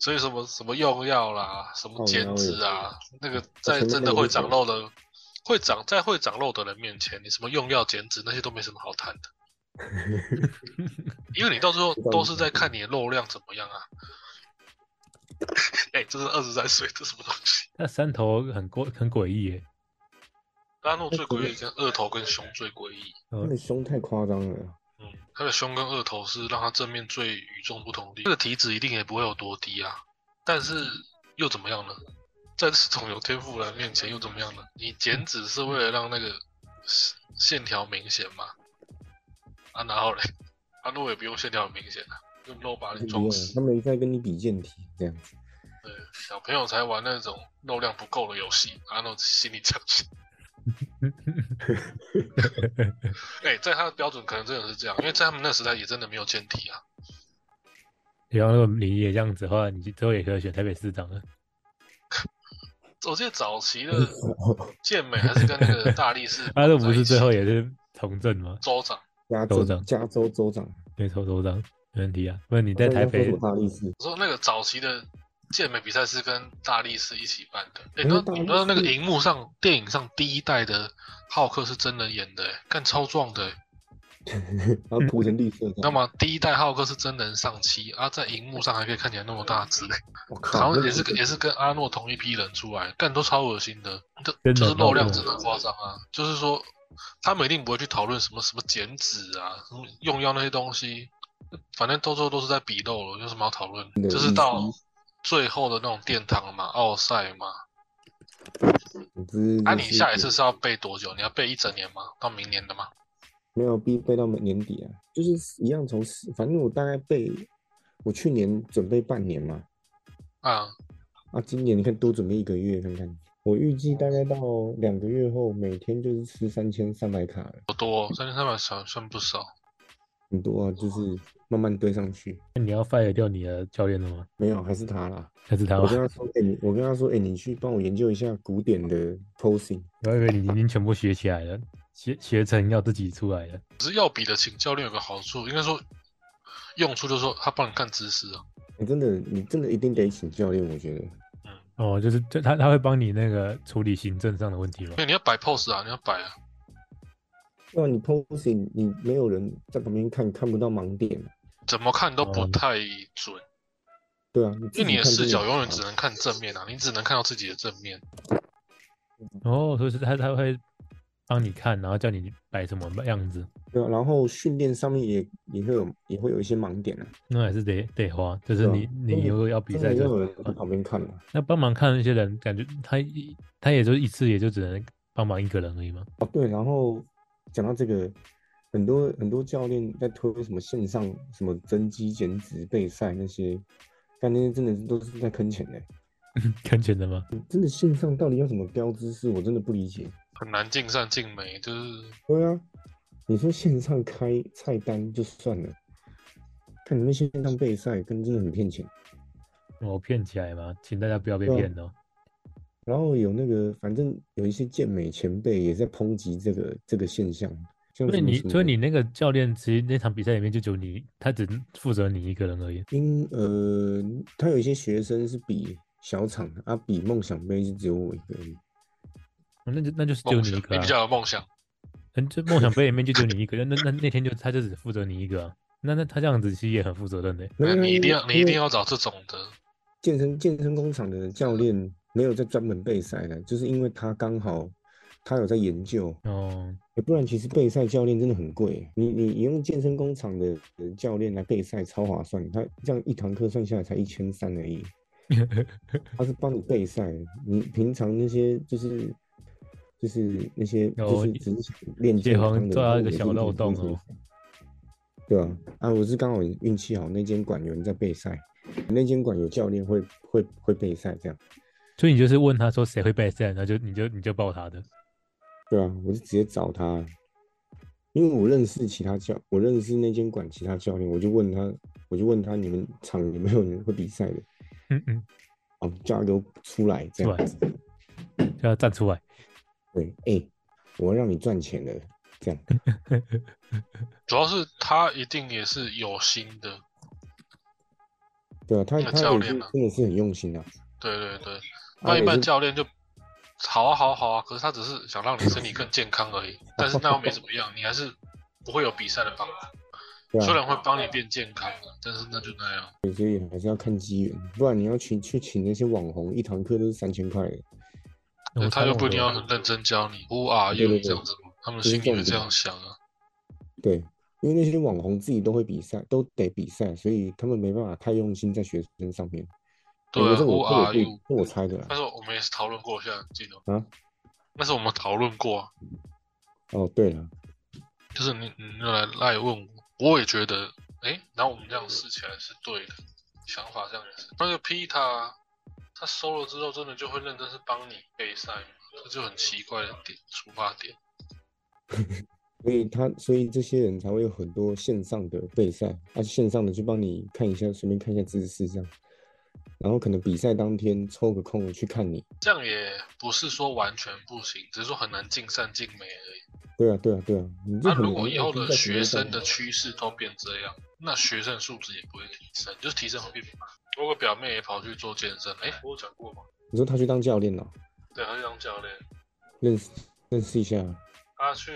[SPEAKER 2] 所以什么什么用药啦，什么减脂啊，那个在真的会长肉的，会长在会长肉的人面前，你什么用药减脂那些都没什么好谈的， 因为你到最后都是在看你的肉量怎么样啊。 哎、这是二十三岁，这什么东西？
[SPEAKER 3] 那山头很诡很诡异耶。
[SPEAKER 2] 阿诺最诡异，跟二头跟胸最诡异。
[SPEAKER 1] 他的胸太夸张了，啊
[SPEAKER 2] 嗯，他的胸跟二头是让他正面最与众不同的地方。这个体脂一定也不会有多低啊，但是又怎么样呢？在这种有天赋的人面前又怎么样呢？你减脂是为了让那个线线条明显嘛？啊，然后嘞，阿诺也不用线条很明显啊，用肉把
[SPEAKER 1] 不
[SPEAKER 2] 你
[SPEAKER 1] 一
[SPEAKER 2] 装
[SPEAKER 1] 样啊
[SPEAKER 2] 死。
[SPEAKER 1] 他们在跟你比健体这样子。
[SPEAKER 2] 对，小朋友才玩那种肉量不够的游戏，阿诺心里这样想。哎、在他的标准可能真的是这样，因为在他们那时代也真的没有健体啊。
[SPEAKER 3] 然后如果你也这样子的话，你之后也可以选台北市长了。
[SPEAKER 2] 我记得早期的健美还是跟那个大力士
[SPEAKER 3] 阿诺
[SPEAKER 2] 绑
[SPEAKER 3] 啊不
[SPEAKER 2] 在一
[SPEAKER 3] 是最后
[SPEAKER 2] 起
[SPEAKER 3] 也是从政吗？
[SPEAKER 2] 州长？
[SPEAKER 1] 加
[SPEAKER 3] 州长
[SPEAKER 1] 州加州州长，
[SPEAKER 3] 没错，州长没问题啊。不然你
[SPEAKER 1] 你
[SPEAKER 3] 在台北，
[SPEAKER 1] 大力 士，
[SPEAKER 2] 我说那个早期的健美比赛是跟大力士一起办的。哎、
[SPEAKER 1] 因
[SPEAKER 2] 那
[SPEAKER 1] 为大
[SPEAKER 2] 你
[SPEAKER 1] 力士
[SPEAKER 2] 知道那个荧幕上电影上第一代的浩克是真人演的、欸，干超壮的、欸，
[SPEAKER 1] 然后涂成绿色
[SPEAKER 2] 你知道
[SPEAKER 1] 的。
[SPEAKER 2] 吗？第一代浩克是真人上漆啊，在荧幕上还可以看起来那么大只、
[SPEAKER 1] 我
[SPEAKER 2] 好
[SPEAKER 1] 靠，
[SPEAKER 2] 像
[SPEAKER 1] 那
[SPEAKER 2] 也是跟也是跟阿诺同一批人出来，干都超恶心的，这
[SPEAKER 3] 真的
[SPEAKER 2] 就是肉量
[SPEAKER 3] 肉量
[SPEAKER 2] 真的夸张啊！就是说，他们一定不会去讨论什么什么减脂啊、什么用药那些东西，反正到最后都是在比肉了，有什么好讨论？
[SPEAKER 1] 对
[SPEAKER 2] 就是到最后的那种殿堂嘛、奥赛嘛，
[SPEAKER 1] 总之
[SPEAKER 2] 啊，
[SPEAKER 1] 就
[SPEAKER 2] 你
[SPEAKER 1] 是
[SPEAKER 2] 下一次是要背多久？你要背一整年吗？到明年的吗？
[SPEAKER 1] 没有必备到年底啊，就是一样从十，反正我大概备，我去年准备半年嘛，
[SPEAKER 2] 啊，
[SPEAKER 1] 啊，今年你看多准备一个月看看，我预计大概到两个月后，每天就是吃三千三百卡了，
[SPEAKER 2] 好多、哦，三千三百算算不少。
[SPEAKER 1] 很多啊，就是慢慢堆上去。
[SPEAKER 3] 那你要 fire 掉你的教练了吗？
[SPEAKER 1] 没有，还是他啦。
[SPEAKER 3] 还是他
[SPEAKER 1] 我
[SPEAKER 3] 吗？
[SPEAKER 1] 跟他说，哎、你我跟他说，哎、你去帮我研究一下古典的 posing。
[SPEAKER 3] 我以为你已经全部学起来了，学学成要自己出来了。
[SPEAKER 2] 只是要比的，请教练有个好处，应该说用处就是说他帮你看姿势啊。
[SPEAKER 1] 你真的，你真的一定得请教练，我觉得。
[SPEAKER 3] 哦，就是就他他会帮你那个处理行政上的问题吗
[SPEAKER 2] 因？为你要摆 pose 啊，你要摆啊。
[SPEAKER 1] 不然你 posing，你没有人在旁边看，看不到盲点。啊
[SPEAKER 2] 怎么看都不
[SPEAKER 3] 嗯
[SPEAKER 2] 太准，
[SPEAKER 1] 对啊，哦你自
[SPEAKER 2] 因为
[SPEAKER 1] 己
[SPEAKER 2] 你
[SPEAKER 1] 看
[SPEAKER 2] 的
[SPEAKER 1] 真
[SPEAKER 2] 视角
[SPEAKER 1] 有
[SPEAKER 2] 永远
[SPEAKER 1] 差
[SPEAKER 2] 只能看正面啊，你只能看到自己的正面。
[SPEAKER 3] 哦，所以是他他会帮你看，然后叫你摆什么样子，
[SPEAKER 1] 对啊，然后训练上面也也会有也会有一些盲点啊。
[SPEAKER 3] 那还是得得花。就是
[SPEAKER 1] 对啊
[SPEAKER 3] 你你如果要比
[SPEAKER 1] 真
[SPEAKER 3] 赛
[SPEAKER 1] 的没
[SPEAKER 3] 就啊
[SPEAKER 1] 有人在旁边看啊了。
[SPEAKER 3] 那帮忙看那些人，感觉他一他也就一次也就只能帮忙一个人而已嘛。
[SPEAKER 1] 哦，对，然后讲到这个，很多很多教练在推什么线上什么增肌减脂备赛那些，但那些真的是都是在坑钱的。 欸
[SPEAKER 3] 看钱的吗？
[SPEAKER 1] 真的线上到底要怎么标姿势，我真的不理解。
[SPEAKER 2] 很难尽善尽美，就是
[SPEAKER 1] 对啊，你说线上开菜单就算了，看你们线上备赛跟真的很骗钱。
[SPEAKER 3] 我哦骗起来吗？请大家不要被
[SPEAKER 1] 对啊
[SPEAKER 3] 骗哦。
[SPEAKER 1] 然后有那个，反正有一些健美前辈也在抨击这个这个现象，像
[SPEAKER 3] 所以
[SPEAKER 1] 什么
[SPEAKER 3] 你
[SPEAKER 1] 什
[SPEAKER 3] 所以
[SPEAKER 1] 么
[SPEAKER 3] 你那个教练其实那场比赛里面就只有你，他只负责你一个人而已。
[SPEAKER 1] 因呃，他有一些学生是比小场啊，比梦想杯是只有我一个人。
[SPEAKER 3] 哦那就那就是只有
[SPEAKER 2] 梦
[SPEAKER 3] 你
[SPEAKER 2] 想，
[SPEAKER 3] 一
[SPEAKER 2] 你
[SPEAKER 3] 个、啊
[SPEAKER 2] 比。较有梦想，
[SPEAKER 3] 嗯，就梦想杯里面就只有你一个，那那那天就他就只负责你一个、啊，那那他这样子其实也很负责任的。欸
[SPEAKER 1] 没有
[SPEAKER 2] 那哎你一定要
[SPEAKER 1] 因为
[SPEAKER 2] 你一定
[SPEAKER 1] 因为
[SPEAKER 2] 要找这种的，
[SPEAKER 1] 健身健身工厂的教练没有在专门备赛的，就是因为他刚好他有在研究，
[SPEAKER 3] 哦，
[SPEAKER 1] 欸不然其实备赛教练真的很贵。你你你用健身工厂的呃教练来备赛超划算，他这样一堂课算下来才一千三而 已。他是帮你备赛，你平常那些就是就是那些
[SPEAKER 3] 有
[SPEAKER 1] 就是
[SPEAKER 3] 哦你
[SPEAKER 1] 只是想练
[SPEAKER 3] 解
[SPEAKER 1] 健
[SPEAKER 3] 放
[SPEAKER 1] 康的，
[SPEAKER 3] 抓
[SPEAKER 1] 然后
[SPEAKER 3] 一个
[SPEAKER 1] 每
[SPEAKER 3] 小
[SPEAKER 1] 天
[SPEAKER 3] 漏
[SPEAKER 1] 平均
[SPEAKER 3] 洞
[SPEAKER 1] 分
[SPEAKER 3] 哦
[SPEAKER 1] 散对啊，啊，我是刚好运气好，那间馆有人在备赛，那间馆有教练会会会备赛这样。
[SPEAKER 3] 所以你就是问他说谁会备赛，然后就你就你就报他的。
[SPEAKER 1] 对啊，我就直接找他，因为我认识其他教，我认识那间馆其他教练，我就问他，我就问他你们场有没有人会比赛的，
[SPEAKER 3] 嗯嗯，
[SPEAKER 1] 哦，叫他给我出来这
[SPEAKER 3] 出来
[SPEAKER 1] 样子，
[SPEAKER 3] 就要站出来。
[SPEAKER 1] 对，哎、我让你赚钱的，这样，
[SPEAKER 2] 主要是他一定也是有心的，
[SPEAKER 1] 对啊，他
[SPEAKER 2] 那
[SPEAKER 1] 他
[SPEAKER 2] 教
[SPEAKER 1] 也
[SPEAKER 2] 练
[SPEAKER 1] 是
[SPEAKER 2] 啊
[SPEAKER 1] 真的是很用心啊，
[SPEAKER 2] 对对对。
[SPEAKER 1] 啊
[SPEAKER 2] 那一
[SPEAKER 1] 每
[SPEAKER 2] 般
[SPEAKER 1] 次
[SPEAKER 2] 教练就好啊好啊好啊，可是他只是想让你身体 更健康而已，但是那又没怎么样，你还是不会有比赛的帮助。
[SPEAKER 1] 对
[SPEAKER 2] 虽
[SPEAKER 1] 啊，
[SPEAKER 2] 然会帮你变健康，啊但是那就那样。
[SPEAKER 1] 所以还是要看机缘，不然你要请去请那些网红，一堂课都是三千块的，
[SPEAKER 3] 哦我
[SPEAKER 2] 他
[SPEAKER 3] 超
[SPEAKER 2] 又
[SPEAKER 3] 懂
[SPEAKER 2] 不一定
[SPEAKER 3] 的
[SPEAKER 2] 要很认真教你，Who are
[SPEAKER 1] 对
[SPEAKER 2] you
[SPEAKER 1] 对对
[SPEAKER 2] 这样子嘛，他们
[SPEAKER 1] 就是
[SPEAKER 2] 心里会
[SPEAKER 1] 重点
[SPEAKER 2] 这样想啊。
[SPEAKER 1] 对，因为那些网红自己都会比赛，都得比赛，所以他们没办法太用心在学生上面。
[SPEAKER 2] 对
[SPEAKER 1] 我
[SPEAKER 2] 啊
[SPEAKER 1] 这我
[SPEAKER 2] ，Who
[SPEAKER 1] 这我
[SPEAKER 2] are
[SPEAKER 1] 自己
[SPEAKER 2] you？嗯
[SPEAKER 1] 这我猜的啦
[SPEAKER 2] 但。是我们也是讨论过一下，记得
[SPEAKER 1] 啊？
[SPEAKER 2] 那是我们讨论过啊，
[SPEAKER 1] 哦，对了，
[SPEAKER 2] 就是你你又来赖问我，我也觉得，哎，然后我们这样试起来是对的，想法这样也是。那个 Peter 啊他收了之后，真的就会认真是帮你备赛，这就很奇怪的点出发点。
[SPEAKER 1] 所以他所以这些人才会有很多线上的备赛，啊，线上的去帮你看一下，随便看一下姿势这样，然后可能比赛当天抽个空去看你。
[SPEAKER 2] 这样也不是说完全不行，只是说很难尽善尽美而已。
[SPEAKER 1] 对啊，对啊，对啊，你这
[SPEAKER 2] 那
[SPEAKER 1] 很
[SPEAKER 2] 如
[SPEAKER 1] 难
[SPEAKER 2] 果以
[SPEAKER 1] 用
[SPEAKER 2] 后
[SPEAKER 1] 心
[SPEAKER 2] 的
[SPEAKER 1] 在
[SPEAKER 2] 学
[SPEAKER 1] 面上
[SPEAKER 2] 生的趋势都变这样，那学生素质也不会提升，就是提升会变慢。我有个表妹也跑去做健身，哎，我有讲过吗？
[SPEAKER 1] 你说他去当教练了、
[SPEAKER 2] 对，她去当教练，
[SPEAKER 1] 认识认识一下，
[SPEAKER 2] 她去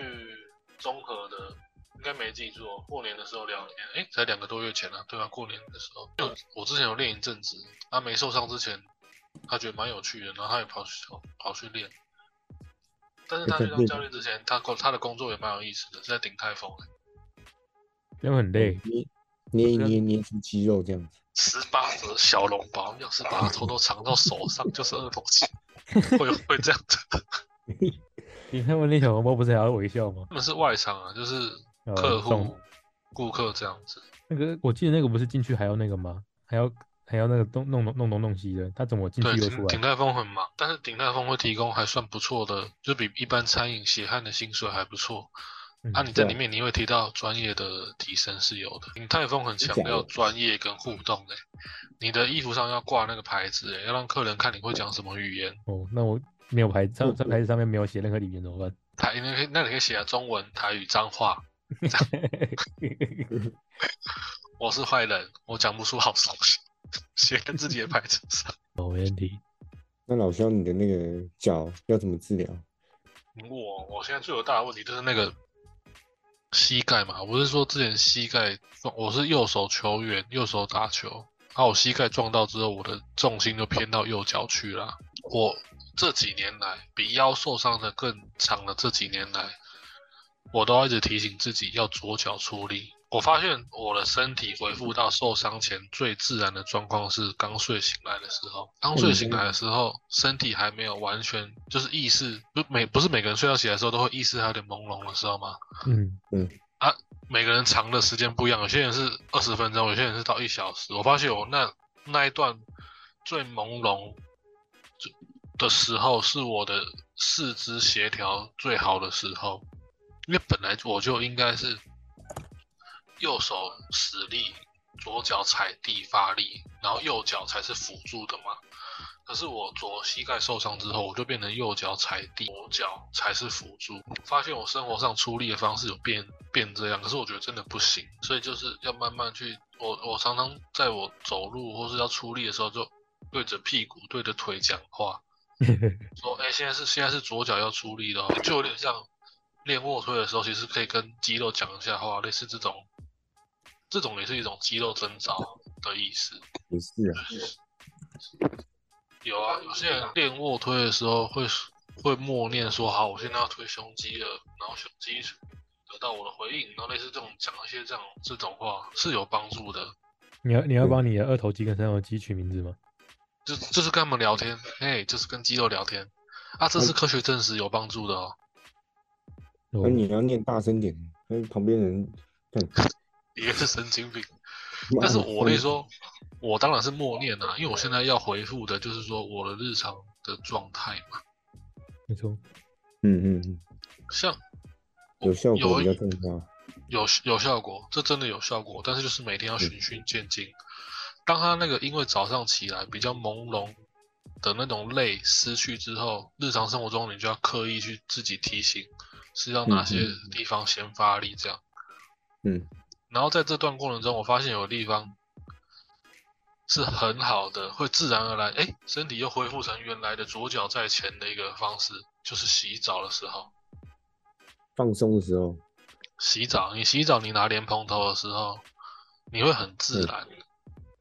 [SPEAKER 2] 综合的，应该没记错，过年的时候聊天，哎，才两个多月前啊，对啊，过年的时候，就我之前有练一阵子，她没受伤之前，她觉得蛮有趣的，然后她也跑去哦跑去练。但是她去当教练之前，她工她的工作也蛮有意思的，是在顶泰丰的，
[SPEAKER 3] 那样很累。
[SPEAKER 1] 捏哦捏一
[SPEAKER 3] 我觉得
[SPEAKER 1] 捏捏出肌肉这样子。
[SPEAKER 2] 十八折小笼包，要是把它偷偷藏到手上，就是二头肌，会会这样子。
[SPEAKER 3] 你看我那小红包不是还要微笑吗？
[SPEAKER 2] 他们是外商啊，就是
[SPEAKER 3] 呃
[SPEAKER 2] 客
[SPEAKER 3] 送
[SPEAKER 2] 户、顾客这样子。
[SPEAKER 3] 那个，我记得那个不是进去还要那个吗？还要还要那个东弄弄弄东弄西的，他怎么进
[SPEAKER 2] 对，
[SPEAKER 3] 去又
[SPEAKER 2] 鼎
[SPEAKER 3] 出
[SPEAKER 2] 鼎
[SPEAKER 3] 来？
[SPEAKER 2] 泰丰很忙，但是鼎泰丰会提供还算不错的，就比一般餐饮血汗的薪水还不错。
[SPEAKER 3] 嗯
[SPEAKER 2] 啊，你在
[SPEAKER 1] 对啊
[SPEAKER 2] 里面你会提到专业的提升是有的。鼎泰丰很强
[SPEAKER 1] 真假的
[SPEAKER 2] 调专业跟互动的、你的衣服上要挂那个牌子、欸要让客人看你会讲什么语言。
[SPEAKER 3] 哦，那我没有牌，上
[SPEAKER 1] 嗯
[SPEAKER 3] 上牌子上面没有写任何语言怎么办？
[SPEAKER 2] 台，那可以那你可以写啊中文、台语、脏话，我是坏人，我讲不出好东西， 写在自己的牌子上。
[SPEAKER 3] 哦，没问题。
[SPEAKER 1] 那老肖，你的那个脚要怎么治疗？
[SPEAKER 2] 你问 我，我现在最有大的问题就是那个膝盖嘛，我是说之前膝盖撞，我是右手球员，右手打球，啊，我膝盖撞到之后，我的重心就偏到右脚去了。我这几年来，比腰受伤的更长的这几年来，我都要一直提醒自己要左脚出力。我发现我的身体恢复到受伤前最自然的状况是刚睡醒来的时候。刚睡醒来的时候，身体还没有完全就是意识，不每不是每个人睡觉起来的时候都会意识还有点朦胧的时候吗？
[SPEAKER 3] 嗯，
[SPEAKER 2] 每个人长的时间不一样，有些人是二十分钟，有些人是到一小时。我发现我那那一段最朦胧最的时候，是我的四肢协调最好的时候，因为本来我就应该是右手使力，左脚踩地发力，然后右脚才是辅助的嘛。可是我左膝盖受伤之后，我就变成右脚踩地，左脚才是辅助。发现我生活上出力的方式有变变这样，可是我觉得真的不行，所以就是要慢慢去。我我常常在我走路或是要出力的时候，就对着屁股、对着腿讲话，说：“哎、现在是现在是左脚要出力了哦、就有点像练卧推的时候，其实可以跟肌肉讲一下话，类似这种，这种也是一种肌肉增长的意思。
[SPEAKER 1] 也是啊，
[SPEAKER 2] 有啊，有些人练卧推的时候会会默念说：“好，我现在要推胸肌了。”然后胸肌得到我的回应，然后类似这种讲一些这种这种话是有帮助的。
[SPEAKER 3] 你要你要
[SPEAKER 1] 嗯
[SPEAKER 3] 帮你的二头肌跟三头肌取名字吗？
[SPEAKER 2] 就就是跟他们聊天，哎，就是跟肌肉聊天啊，这
[SPEAKER 1] 嗯
[SPEAKER 2] 是科学证实有帮助的哦。
[SPEAKER 3] 哦
[SPEAKER 1] 那你要念大声点，那旁边人看
[SPEAKER 2] 一个是神 经病。 但是
[SPEAKER 1] 嗯
[SPEAKER 2] 我跟你说，我当然是默念啊，因为我现在要回复的就是说我的日常的状态嘛。
[SPEAKER 3] 没错，
[SPEAKER 1] 嗯嗯，嗯
[SPEAKER 2] 像
[SPEAKER 1] 有效果比较
[SPEAKER 2] 有
[SPEAKER 1] 重要。
[SPEAKER 2] 有有效果，这真的有效果，但是就是每天要循序渐进。当他那个因为早上起来比较朦胧的那种累失去之后，日常生活中你就要刻意去自己提醒，是要哪些
[SPEAKER 1] 嗯嗯
[SPEAKER 2] 地方先发力这样。
[SPEAKER 1] 嗯
[SPEAKER 2] 然后在这段过程中，我发现有地方是很好的，会自然而然，哎，身体又恢复成原来的左脚在前的一个方式，就是洗澡的时候。
[SPEAKER 1] 放松的时候，
[SPEAKER 2] 洗澡，你洗澡你拿莲蓬头的时候，你会很自
[SPEAKER 1] 嗯
[SPEAKER 2] 然，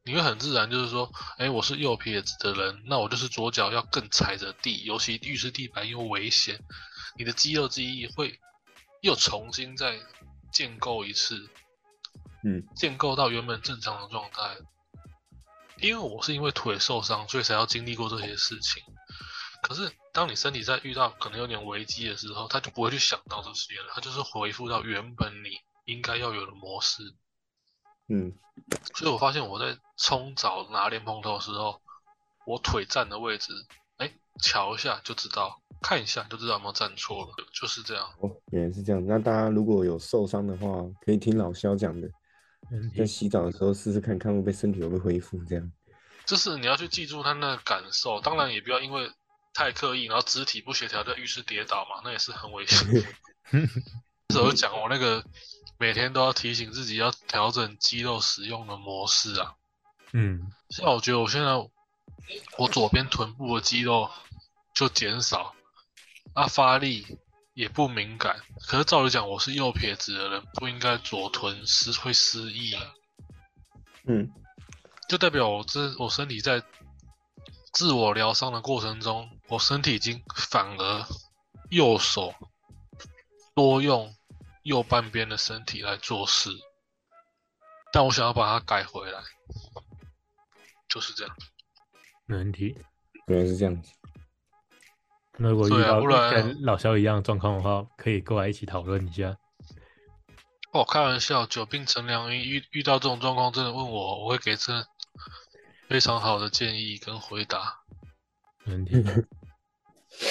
[SPEAKER 2] 你会很自然，就是说，哎，我是右撇子的人，那我就是左脚要更踩着地，尤其浴室地板又危险，你的肌肉记忆会又重新再建构一次，
[SPEAKER 1] 嗯
[SPEAKER 2] 建构到原本正常的状态。因为我是因为腿受伤，所以才要经历过这些事情。可是当你身体在遇到可能有点危机的时候，他就不会去想到这些了，他就是回复到原本你应该要有的模式。
[SPEAKER 1] 嗯，
[SPEAKER 2] 所以我发现我在冲澡拿莲蓬头的时候，我腿站的位置，哎，瞧一下就知道，看一下就知道有没有站错了，就是这样。
[SPEAKER 1] 哦，原来是这样。那大家如果有受伤的话，可以听老肖讲的，
[SPEAKER 3] 嗯，
[SPEAKER 1] 在洗澡的时候试试看看会不会身体会不会恢复这样。
[SPEAKER 2] 就是你要去记住他那个感受，当然也不要因为太刻意，然后肢体不协调在浴室跌倒嘛，那也是很危险。那时候讲我那个每天都要提醒自己要调整肌肉使用的模式啊，
[SPEAKER 3] 嗯，
[SPEAKER 2] 像我觉得我现在我左边臀部的肌肉就减少，啊发力也不敏感，可是照理讲我是右撇子的人，不应该左臀失会失忆啊。
[SPEAKER 1] 嗯
[SPEAKER 2] 就代表我这我身体在自我疗伤的过程中，我身体已经反而右手多用右半边的身体来做事，但我想要把它改回来，就是这样。
[SPEAKER 3] 没问题。
[SPEAKER 1] 原来是这样子。
[SPEAKER 3] 那如果遇
[SPEAKER 2] 对啊
[SPEAKER 3] 到
[SPEAKER 2] 不然
[SPEAKER 3] 跟老肖一样的状况的话，可以过来一起讨论一下。
[SPEAKER 2] 哦，开玩笑，久病成良医，遇遇到这种状况，真的问我，我会给这非常好的建议跟回答，
[SPEAKER 3] 没问 题。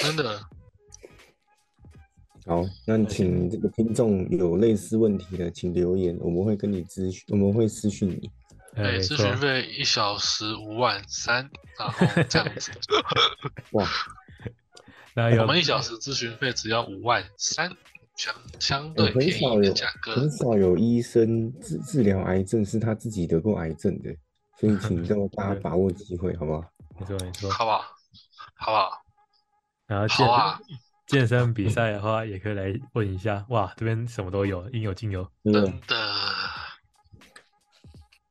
[SPEAKER 2] 真的。
[SPEAKER 1] 好，那请这个听众有类似问题的，请留言，我们会跟你咨询，我们会私讯你。
[SPEAKER 3] 哎
[SPEAKER 2] 哎，
[SPEAKER 3] 没
[SPEAKER 2] 咨
[SPEAKER 3] 错
[SPEAKER 2] 询费一小时五万三，然后这样子。啊
[SPEAKER 1] 哇，欸
[SPEAKER 3] 那有
[SPEAKER 2] 我们一小时咨询费只要五万三，相相
[SPEAKER 1] 我
[SPEAKER 2] 对
[SPEAKER 1] 很
[SPEAKER 2] 便
[SPEAKER 1] 少
[SPEAKER 2] 宜的
[SPEAKER 1] 有
[SPEAKER 2] 价格
[SPEAKER 1] 很。少有医生治治疗癌症是他自己得过癌症的，所以请让大家把握机会，好不好？
[SPEAKER 3] 没错没错。
[SPEAKER 2] 好不啊好？好不好？
[SPEAKER 3] 然后健、
[SPEAKER 2] 好啊
[SPEAKER 3] 健身比赛的话，也可以来问一下。哇，这边什么都有，应有尽有。
[SPEAKER 1] 真的
[SPEAKER 2] 真的，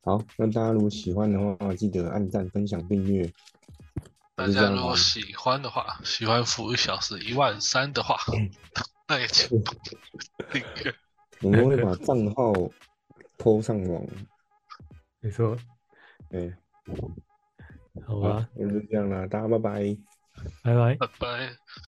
[SPEAKER 1] 好，那大家如果喜欢的话，记得按赞、分享、订阅。
[SPEAKER 2] 大
[SPEAKER 1] 就这
[SPEAKER 2] 家
[SPEAKER 1] 样
[SPEAKER 2] 如果
[SPEAKER 1] 吧
[SPEAKER 2] 喜欢的话，喜欢服一小时一万三的话，
[SPEAKER 1] 嗯
[SPEAKER 2] 那也 请订阅。
[SPEAKER 1] 我们会把账号抛上网。哎
[SPEAKER 3] 没错，
[SPEAKER 1] 对，
[SPEAKER 3] 好
[SPEAKER 1] 好
[SPEAKER 3] 吧，，
[SPEAKER 1] 那就这样啦，大家拜拜。
[SPEAKER 3] 拜拜。
[SPEAKER 2] 拜拜。